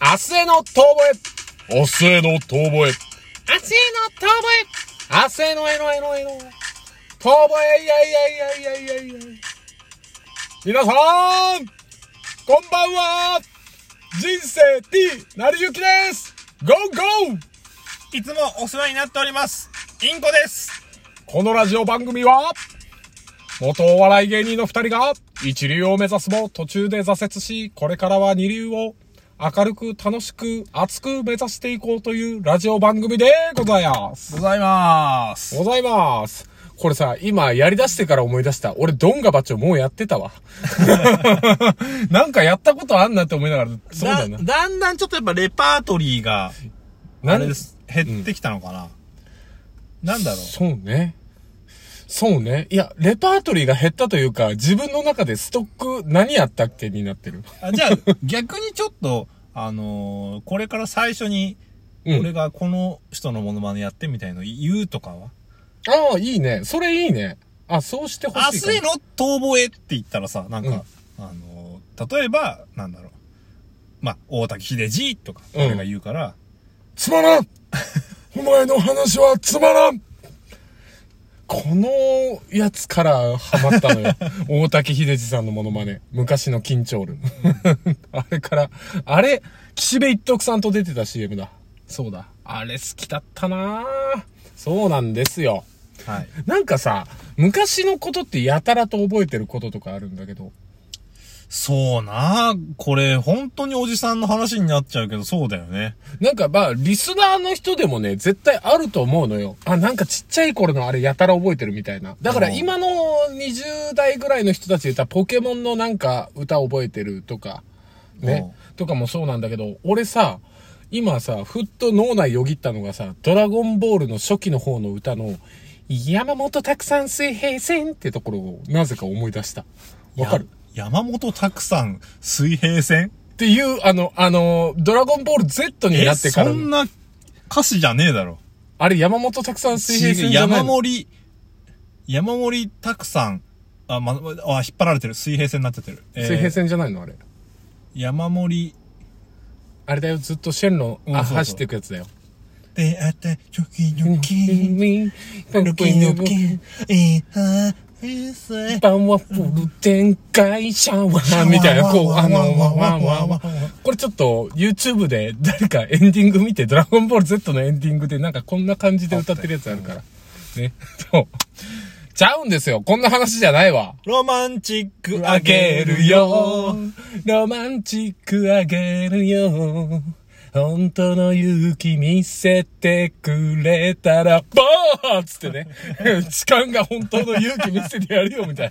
明日への遠吠え。明日への遠吠え。明日への遠吠え。明日へのえのえのえの。遠吠え、いやいやいやいやいやいや。皆さん、こんばんは。人生 T なりゆきです。ゴーゴーいつもお世話になっております。インコです。このラジオ番組は、元お笑い芸人の二人が一流を目指すも途中で挫折し、これからは二流を明るく楽しく熱く目指していこうというラジオ番組でございます。ございます。ございます。これさ、今やり出してから思い出した。俺、ドンガバチョもうやってたわ。 なんかやったことあんなって思いながら、そうだなだ。だんだんちょっとやっぱレパートリーが、なあんれです。減ってきたのかな。なんだろう。そうね。そうね。いや、レパートリーが減ったというか、自分の中でストック何やったっけになってる。あ じゃあ、逆にちょっと、あのーこれから最初に、うん俺がこの人のモノマネやってみたいの言うとかは、ああ、いいね。それいいね。あ、そうしてほ明しい日かもへの遠吠えって言ったらさ、なんか、あのー例えば、なんだろう。まあ、大竹秀治とか、うん俺が言うから、つまらんお前の話はつまらんこのやつからハマったの よ。大竹秀治さんのモノマネ。昔の緊張ル あれから、あれ、岸辺一徳さんと出てた CM だ。そうだ。あれ好きだったなぁそうなんですよ。はい。なんかさ、昔のことってやたらと覚えてることとかあるんだけど。そうなあこれ、本当におじさんの話になっちゃうけど、そうだよね。なんかまあ、リスナーの人でもね、絶対あると思うのよ。あ、なんかちっちゃい頃のあれやたら覚えてるみたいな。だからうん今の20代ぐらいの人たちで言ったらポケモンのなんか歌覚えてるとか、ね、とかもそうなんだけど、俺さ、今さ、ふっと脳内よぎったのがさ、ドラゴンボールの初期の方の歌の、山本拓さん水平線ってところをなぜか思い出した。わかるや山本拓さん、水平線っていう、あの、あの、ドラゴンボール Z になってからそのんな歌詞じゃねえだろ。あれ山本拓さん水平線じゃない山の森、山森拓さん、あ、ま、あ、引っ張られてる。水平線になっちゃってる。えー水平線じゃないのあれ。山森、あれだよ、ずっと線路、うんあそうそう走っていくやつだよ。で、あた、チョキニョキ、ロロキノキ、えー、はー、せパワフル展開シャワーみたいな、こう、あの、わわわわ。これちょっと YouTube で誰かエンディング見て、ドラゴンボール Z のエンディングでなんかこんな感じで歌ってるやつあるから。ね。そう。ちゃうんですよ。こんな話じゃないわ。ロマンチックああげげるるよよ。ロマンチックあげるよ本当の勇気見せてくれたら、バーっつってね。 痴漢が本当の勇気見せてやるよ、みたい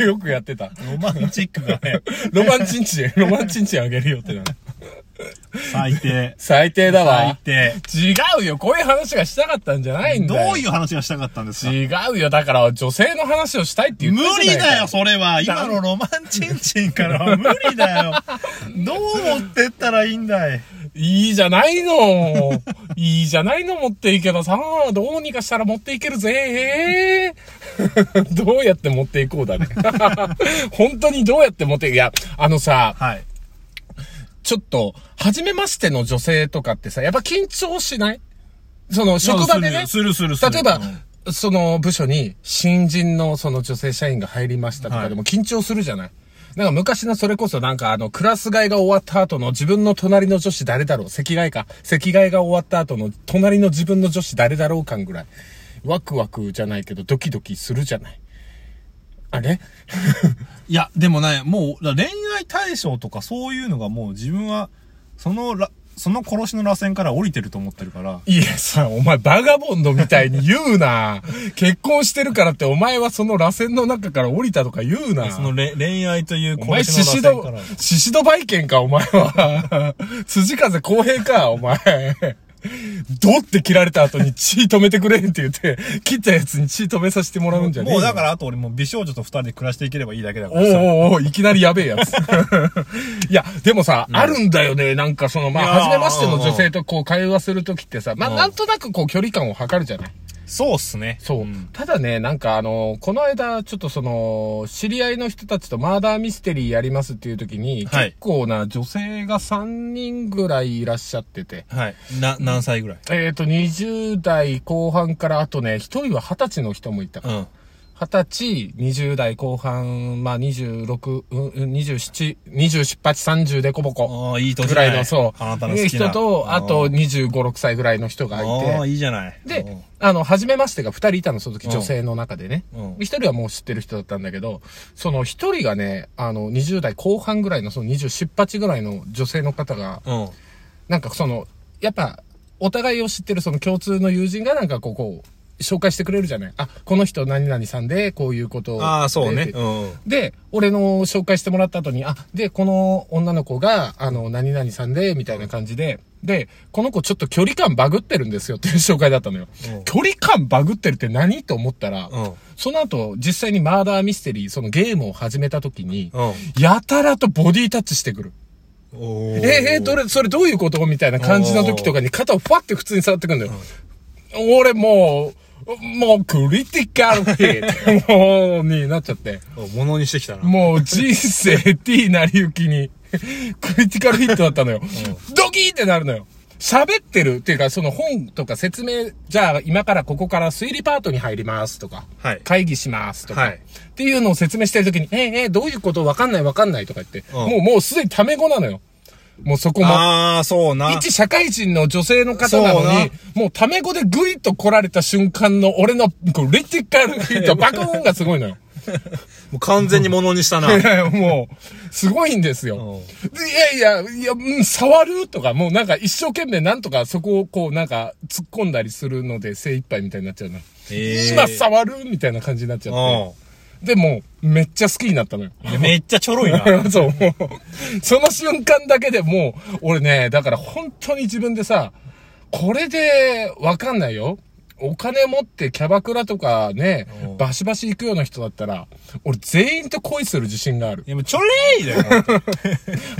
な。よくやってた。ロマンチックがね、ロマンチンチン、ロマンチンチンあげるよってな。最 低。最低だ最わ。低。違うよ。こういう話がしたかったんじゃないんどだよ。ういう話がしたかったんですか違うよ。だから、女性の話をしたいって言っ無て理だよ、それは。今のロマンチンチンからは無理だ よ。どう持ってったらいいんだい。いいじゃない の。いいじゃないの持っていけばさ、どうにかしたら持っていけるぜ。どうやって持っていこうだね。 本当にどうやって持っていくいや、あのさ、はい。ちょっと、初めましての女性とかってさ、やっぱ緊張しないその、職場でね。するするする。例えばうん、その部署に新人のその女性社員が入りましたとはかいでも緊張するじゃない、なんか昔のそれこそなんかあのクラス替えが終わった後の自分の隣の女子誰だろう席替えか。席替えが終わった後の隣の自分の女子誰だろう感ぐらい。ワクワクじゃないけどドキドキするじゃないあれいや、でもね、もう、だから恋愛対象とかそういうのがもう自分は、そのら、その殺しの螺旋から降りてると思ってるから。いやさ、お前バガボンドみたいに言うな 結婚してるからってお前はその螺旋の中から降りたとか言うなそのれ恋愛というお前、シ殺しシの螺旋ドから。、シシドバイケンか、お前は。辻風公平か、お前。ドって切られた後に血止めてくれんって言って、切ったやつに血止めさせてもらうんじゃねえもようだからあと俺もう美少女と二人で暮らしていければいいだけだかおらうさ。おうおういきなりやべえやつ。いや、でもさ、あるんだよね。なんかその、まあ、いやー初めましての女性とこう会話するときってさ、まあ、うんなんとなくこう距離感を測るじゃない。そうっすね。そう、んただね、なんかあの、この間、ちょっとその、知り合いの人たちとマーダーミステリーやりますっていう時に、はい結構な女性が3人ぐらいいらっしゃってて、はい。な、何歳ぐらいえっ、と、20代後半から、あとね、一人は20歳の人もいた。うん。 20歳、20代後半、まあ26、うんうん27、28、30でこぼこ。ああ、いい年ぐじらゃないの、そう。あなたの好き人なと、あとうん25、6歳ぐらいの人がいああ、て。いいじゃない。で、あの、初めましてが2人いたの、その時うん女性の中でねうん。一人はもう知ってる人だったんだけど、その一人がね、あの、20代後半ぐらいの、その20、18ぐらいの女性の方が、うん。うん。なんかその、やっぱ、お互いを知ってるその共通の友人がなんかこう、こう、紹介してくれるじゃないあ、この人何々さんで、こういうことを。ああ、そうでね。うん。で、俺の紹介してもらった後に、あ、で、この女の子が、あの、何々さんで、みたいな感じで、で、この子ちょっと距離感バグってるんですよっていう紹介だったのようん。距離感バグってるって何と思ったら、うんその後、実際にマーダーミステリー、そのゲームを始めた時に、うん。やたらとボディタッチしてくる。おーえ、え、どれ、それどういうことみたいな感じの時とかに肩をファって普通に触ってくんだよ。俺もう、もうクリティカルヒッ トもうになっちゃって。おものにしてきたな。もう人生 T なりゆきに クリティカルヒットだったのよ。ドキーってなるのよ。喋ってるっていうか、その本とか説明、じゃあ今からここから推理パートに入りますとか、はい会議しますとか、はいっていうのを説明してるときに、えー、えーどういうことわかんないわかんないとか言って、うんもうもうすでにタメ語なのよ。もうそこも。ああ、そうな。一社会人の女性の方なのそうに、もうタメ語でグイッと来られた瞬間の俺のこうレティカルヒッ ト、爆音がすごいのよ。もう完全にものにしたな。いやいや、もう、すごいんですよ。うんいやいや、いや、うん、触るとか、もうなんか一生懸命なんとかそこをこうなんか突っ込んだりするので精一杯みたいになっちゃうな。ええ今触るみたいな感じになっちゃって。で、もうめっちゃ好きになったの よ。うん。めっちゃちょろ いな。そう、もう、その瞬間だけでもう、俺ね、だから本当に自分でさ、これでわかんないよ。お金持ってキャバクラとかねうん、バシバシ行くような人だったら、俺全員と恋する自信がある。いや、もうちょれいだよ。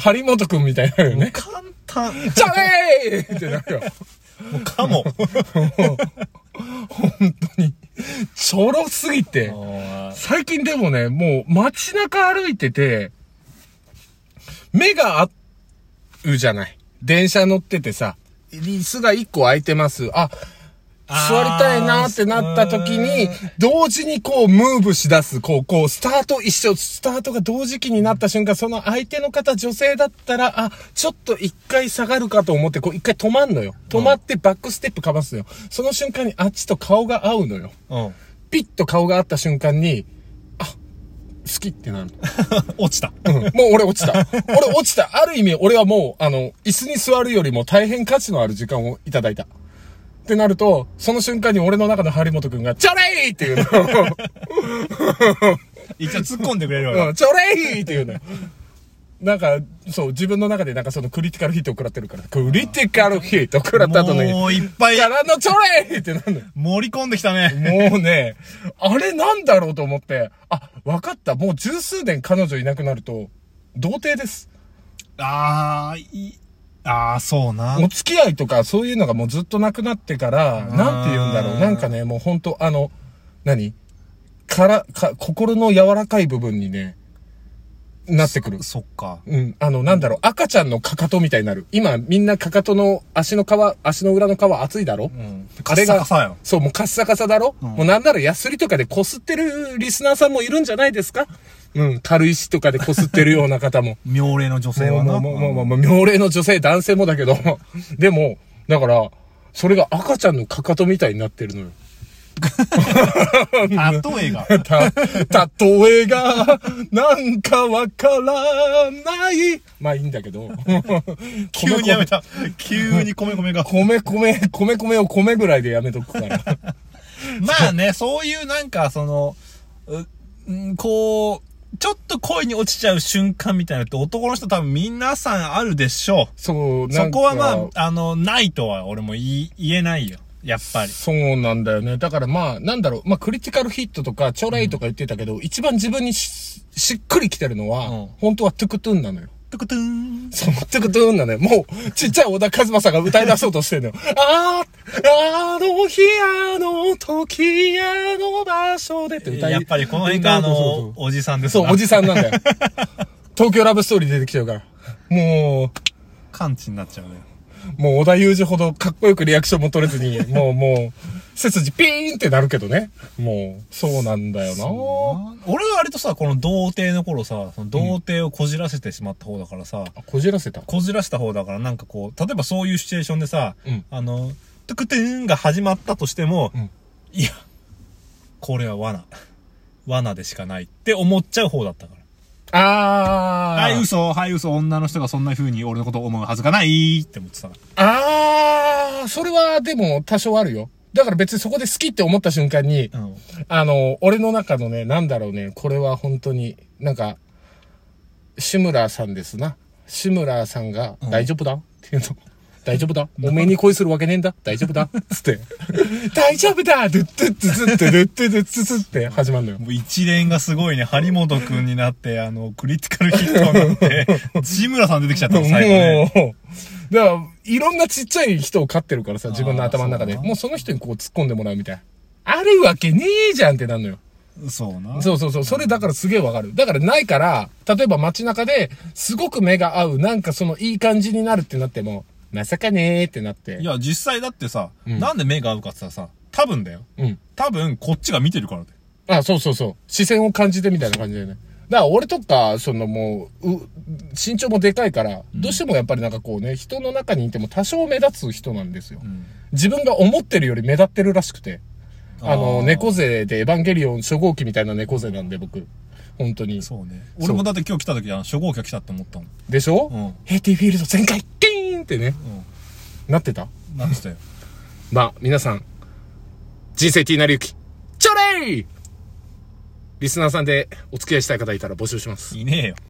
張本くんみたいなよね。簡単。チャレーってなるよ。 もうかも。本当に。ちょろすぎて。最近でもね、もう街中歩いてて、目が合うじゃない。電車乗っててさ、椅子が一個空いてます。あ、あ座ーりたいなってなった時に、同時にこうムーブしだす、こう、こう、スタート一緒、スタートが同時期になった瞬間、その相手の方女性だったら、あ、ちょっと一回下がるかと思って、こう一回止まんのよ。止まってバックステップかますのよ。その瞬間にあっちと顔が合うのよ。うん。ピッと顔が合った瞬間に、あ、好きってなる。落ちた。うんもう俺落ち た。俺落ちた。ある意味、俺はもう、あの、椅子に座るよりも大変価値のある時間をいただいた。ってなると、その瞬間に俺の中の張本くんが、チャレイっていうの。一応突っ込んでくれる わうん、チャレイっていうの。なんか、そう、自分の中でなんかそのクリティカルヒットを食らってるから、クリティカルヒット食らった後に、もういっぱいからのチャレイってなるの。盛り込んできたね。もうね、あれなんだろうと思って、あ、わかった。もう十数年彼女いなくなると、童貞です。ああ、いい。ああ、そうな。お付き合いとかそういうのがもうずっとなくなってから、なんて言うんだろう。なんかね、もう本当あの、何から、か、心の柔らかい部分にね、なってくる。そっか。うん。あの、なんだろう、赤ちゃんのかかとみたいになる。今、みんなかかとの足の皮、足の裏の皮熱いだろ、うん。あカれッがサカサよ。そう、もうカッサカサだろ、もうなんならヤスリとかで擦ってるリスナーさんもいるんじゃないですかうん、軽石とかで擦ってるような方 も。妙齢の女性もうもはな。うもうもうもうもう妙齢の女性、男性もだけど。 でも、だから、それが赤ちゃんのかかとみたいになってるのよ。 例えが。た、例えが、なんかわからない。まあいいんだけ ど。 急にやめた。 急に米 米が。米米、米米を米ぐらいでやめとくから。 まあね、そういうなんか、その、うんこう、ちょっと恋に落ちちゃう瞬間みたいなのって男の人多分皆さんあるでしょそう、う。なそんかこはまあ、あの、ないとは俺も言い言えないよ。やっぱり。そうなんだよね。だからまあ、なんだろう、まあクリティカルヒットとか、チョレイとか言ってたけど、一番自分にししっくりきてるのは、うん本当はトゥクトゥンなのよ。トゥクトゥーン。そのトゥクトゥーンなね、もう、ちっちゃい小田和正が歌い出そうとして んのよ。あー、あの日、あの時、あの場所でって歌いやっぱりこの辺があ歌い出そうそうの、おじさんですそう、おじさん。さんなんだ よ。東京ラブストーリー出てきちゃうから。も完治になっちゃうね。う、もう小田裕二ほどかっこよくリアクションも取れず に、もうもう、背筋ピーンってなるけどね。もう、そうなんだよな俺は割とさ、この童貞の頃さ、その童貞をこじらせてしまった方だからさ、あこじらせた。こじらした方だからなんかこう、例えばそういうシチュエーションでさ、うんあの、トゥクトゥーンが始まったとしても、うんいや、これは罠。罠でしかないって思っちゃう方だったから。あー。はい、嘘、はい、嘘、女の人がそんな風に俺のことを思うはずがないって思ってたから。あー、それはでも多少あるよ。だから別にそこで好きって思った瞬間に、うん。あの、俺の中のね、なんだろうね、これは本当に、なんか、志村さんですな。志村さんが、大丈夫だって言うの。大丈夫だおめえに恋するわけねえんだ大丈夫だつって。大丈夫だドゥッドゥッドゥッドゥッドゥッドゥッドゥッって始まるのよ。もう一連がすごいね、張本くんになって、あの、クリティカルヒットにな って、志村さん出てきちゃったの、最後ね。もう、だから、いろんなちっちゃい人を飼ってるからさ、自分の頭の中あーで。そうだなもうその人にこう突っ込んでもらうみたいな。あるわけねえじゃんってなるのよ。そうな。そうそうそう。それだからすげえわかる。だからないから、例えば街中で、すごく目が合う、なんかそのいい感じになるってなっても、まさかねーってなって。いや、実際だってさ、うんなんで目が合うかってさ、多分だよ。うん。多分、こっちが見てるからだよ。あ、そうそうそう。視線を感じてみたいな感じだよね。だから俺とか、そのもう、う身長もでかいから、どうしてもやっぱりなんかこうね、人の中にいても多少目立つ人なんですよ。自分が思ってるより目立ってるらしくて。あの、ー猫背でエヴァンゲリオン初号機みたいな猫背なんで僕。本当に。そうね。俺もだって今日来た時、あの、初号機が来たって思ったもん。でしょ、うんヘイティフィールド全開ティーンってね、なってたうん。なんてたよ。まあ、皆さん、人生 T なりゆき、チョレイリスナーさんでお付き合いしたい方いたら募集します。いねえよ。